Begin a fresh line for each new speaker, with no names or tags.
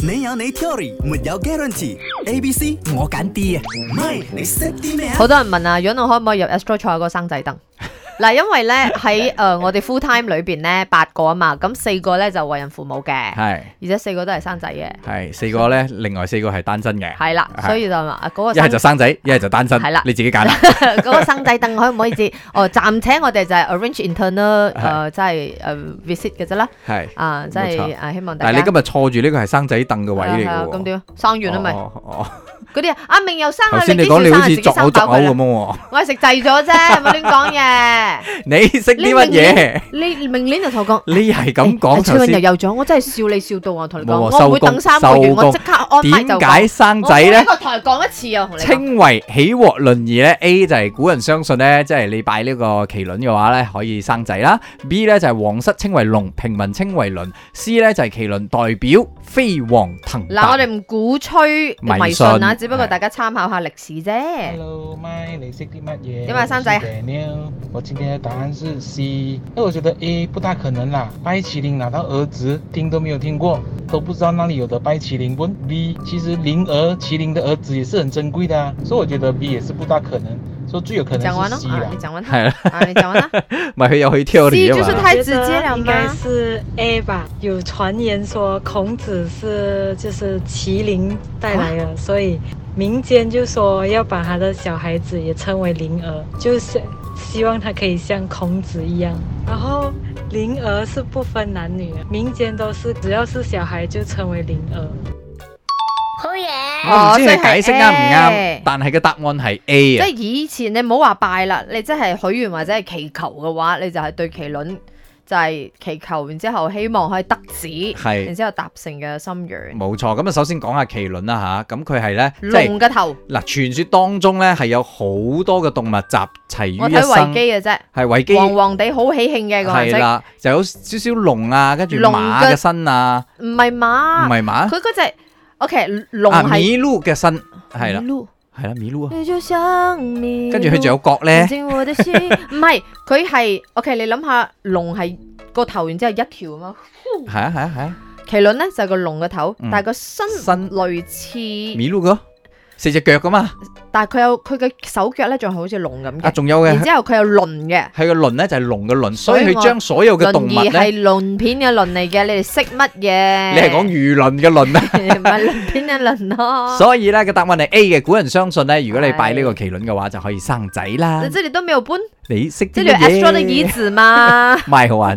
你有你 theory，沒有 guarantee。A、B、C 我揀 D 啊，唔係你識啲咩啊
好？多人問啊，楊龍可唔可以入 Astro 賽嗰個生 仔凳？嗱，因為咧喺 誒我哋 full time 裏邊咧八個啊嘛，咁四個咧就為人父母嘅，而
係
且四個都係生仔嘅，
係四個咧，另外四個係單身嘅，
係啦，
係
所以就話啊嗰個
一係就
生
生仔，一係就單身，
係啦
你自己揀啦。
嗰個生仔凳可唔可以接？哦，暫且我哋就係 arrange internal 誒，即係誒 visit 嘅啫啦，
係，
啊，即
冇
係
錯
啊希望大
但
家
係你今日坐住呢個係生仔凳嘅位嚟
係啊
嘅
係啊咁
喎。
點啊？生完啦咪
哦哦 哦
嗰啲啊阿明又生
頭
啦，
先你
幾時
講你
生
好
啊
似
自己
作嘔
生
作
飽佢
嘔
啦，
咁喎，
我係食滯咗啫，唔好亂講嘢。
你識
你
啲乜
明
嘢？
你明年就同我講。
你係咁
哎
講
阿超
頭
人又
先，
有咗，我真係笑你笑到我同你講，
冇啊
我唔會
收工
等三個月，
收工
我即刻安排就
點
講
解生仔
我每
咧
一？個台講一次啊，我同你講。
稱為起獲論義咧，A 就係古人相信咧，即係你拜呢個麒麟嘅話咧，可以生仔啦。B 咧就係皇室稱為龍，平民稱為麟。C 咧就係麒麟代表飛黃騰達。
嗱，我哋唔鼓吹迷信
迷
啊，
信
只不過大家參考下歷史啫。
Hello, Mike，你識啲乜嘢？
點啊生仔
我是 Daniel，我今天的答案是 C，因為我覺得 A 不大可能啦，拜麒麟拿到兒子，聽都沒有聽過，都不知道那裡有的拜麒麟不？B，其實麟兒麒麟的兒子也是很珍貴的啊，所以我覺得 B 也是不大可能，所以最有可
講完
能
咯
是 C
啊
啦，
你。講完啦，
係啦，
啊，你講完 啦。
咪佢有去挑你
C
啊
就
嘛
是。太直接了
应该
嗎？
是 A 吧。有传言说孔子是就是麒麟带来
啊
的，所以民间就说要把他的小孩子也称为麟儿，就是希望他可以像孔子一样。然后麟儿是不分男女的，民间都是只要是小孩就称为麟儿。
我唔知
哦即
你
係
解釋啱唔
A
啱，但係個答案係 A
即
啊
係。以前你唔好話拜啦，你即係許願或者係祈求嘅話，你就係對麒麟就係祈求，然之後希望可以得子，
係
然之後達成嘅心願。
冇錯，咁啊，首先講下麒麟啦吓，咁佢係咧，即係
龍嘅頭，
嗱，傳說當中咧係有好多嘅動物集齊
我
於一
睇維
身，
基嘅啫。
係維基
黃黃地好喜慶嘅個顏
係
色，
啦，就有少少龍啊，跟住
龍嘅
馬嘅身啊，
唔係
唔
馬，
係馬，
佢嗰隻 OK 龍
啊
係
麋鹿嘅身係啦
麋，鹿
係啦，麋鹿啊，
你就像麋鹿
跟住佢仲有角咧
走，進我的心唔係佢係 OK，你諗下龍係個頭，然之後一條咁樣，
係啊係啊係啊，
麒麟咧就係個龍嘅頭，
嗯
但係個身
身
類似，
麋鹿個四隻腳噶嘛，
但係佢有佢嘅手腳咧，仲係好似龍咁
啊
嘅，
仲有嘅
然之後佢有鱗嘅。
係個輪咧就係龍嘅輪，所
所
以
以我
佢將所有嘅動
輪
物
兒
咧，
係鱗片嘅鱗嚟嘅，你哋識乜嘢？
你係講魚鱗嘅輪啊。
唔係鱗片嘅鱗咯。
所以咧個答案係 A 嘅，古人相信咧，如果你拜呢個麒麟嘅話，就可以生仔啦
那。这里都没有搬，
你識
这
啲
里有
乜
Astro 的椅
嘢？
子吗？
賣好玩，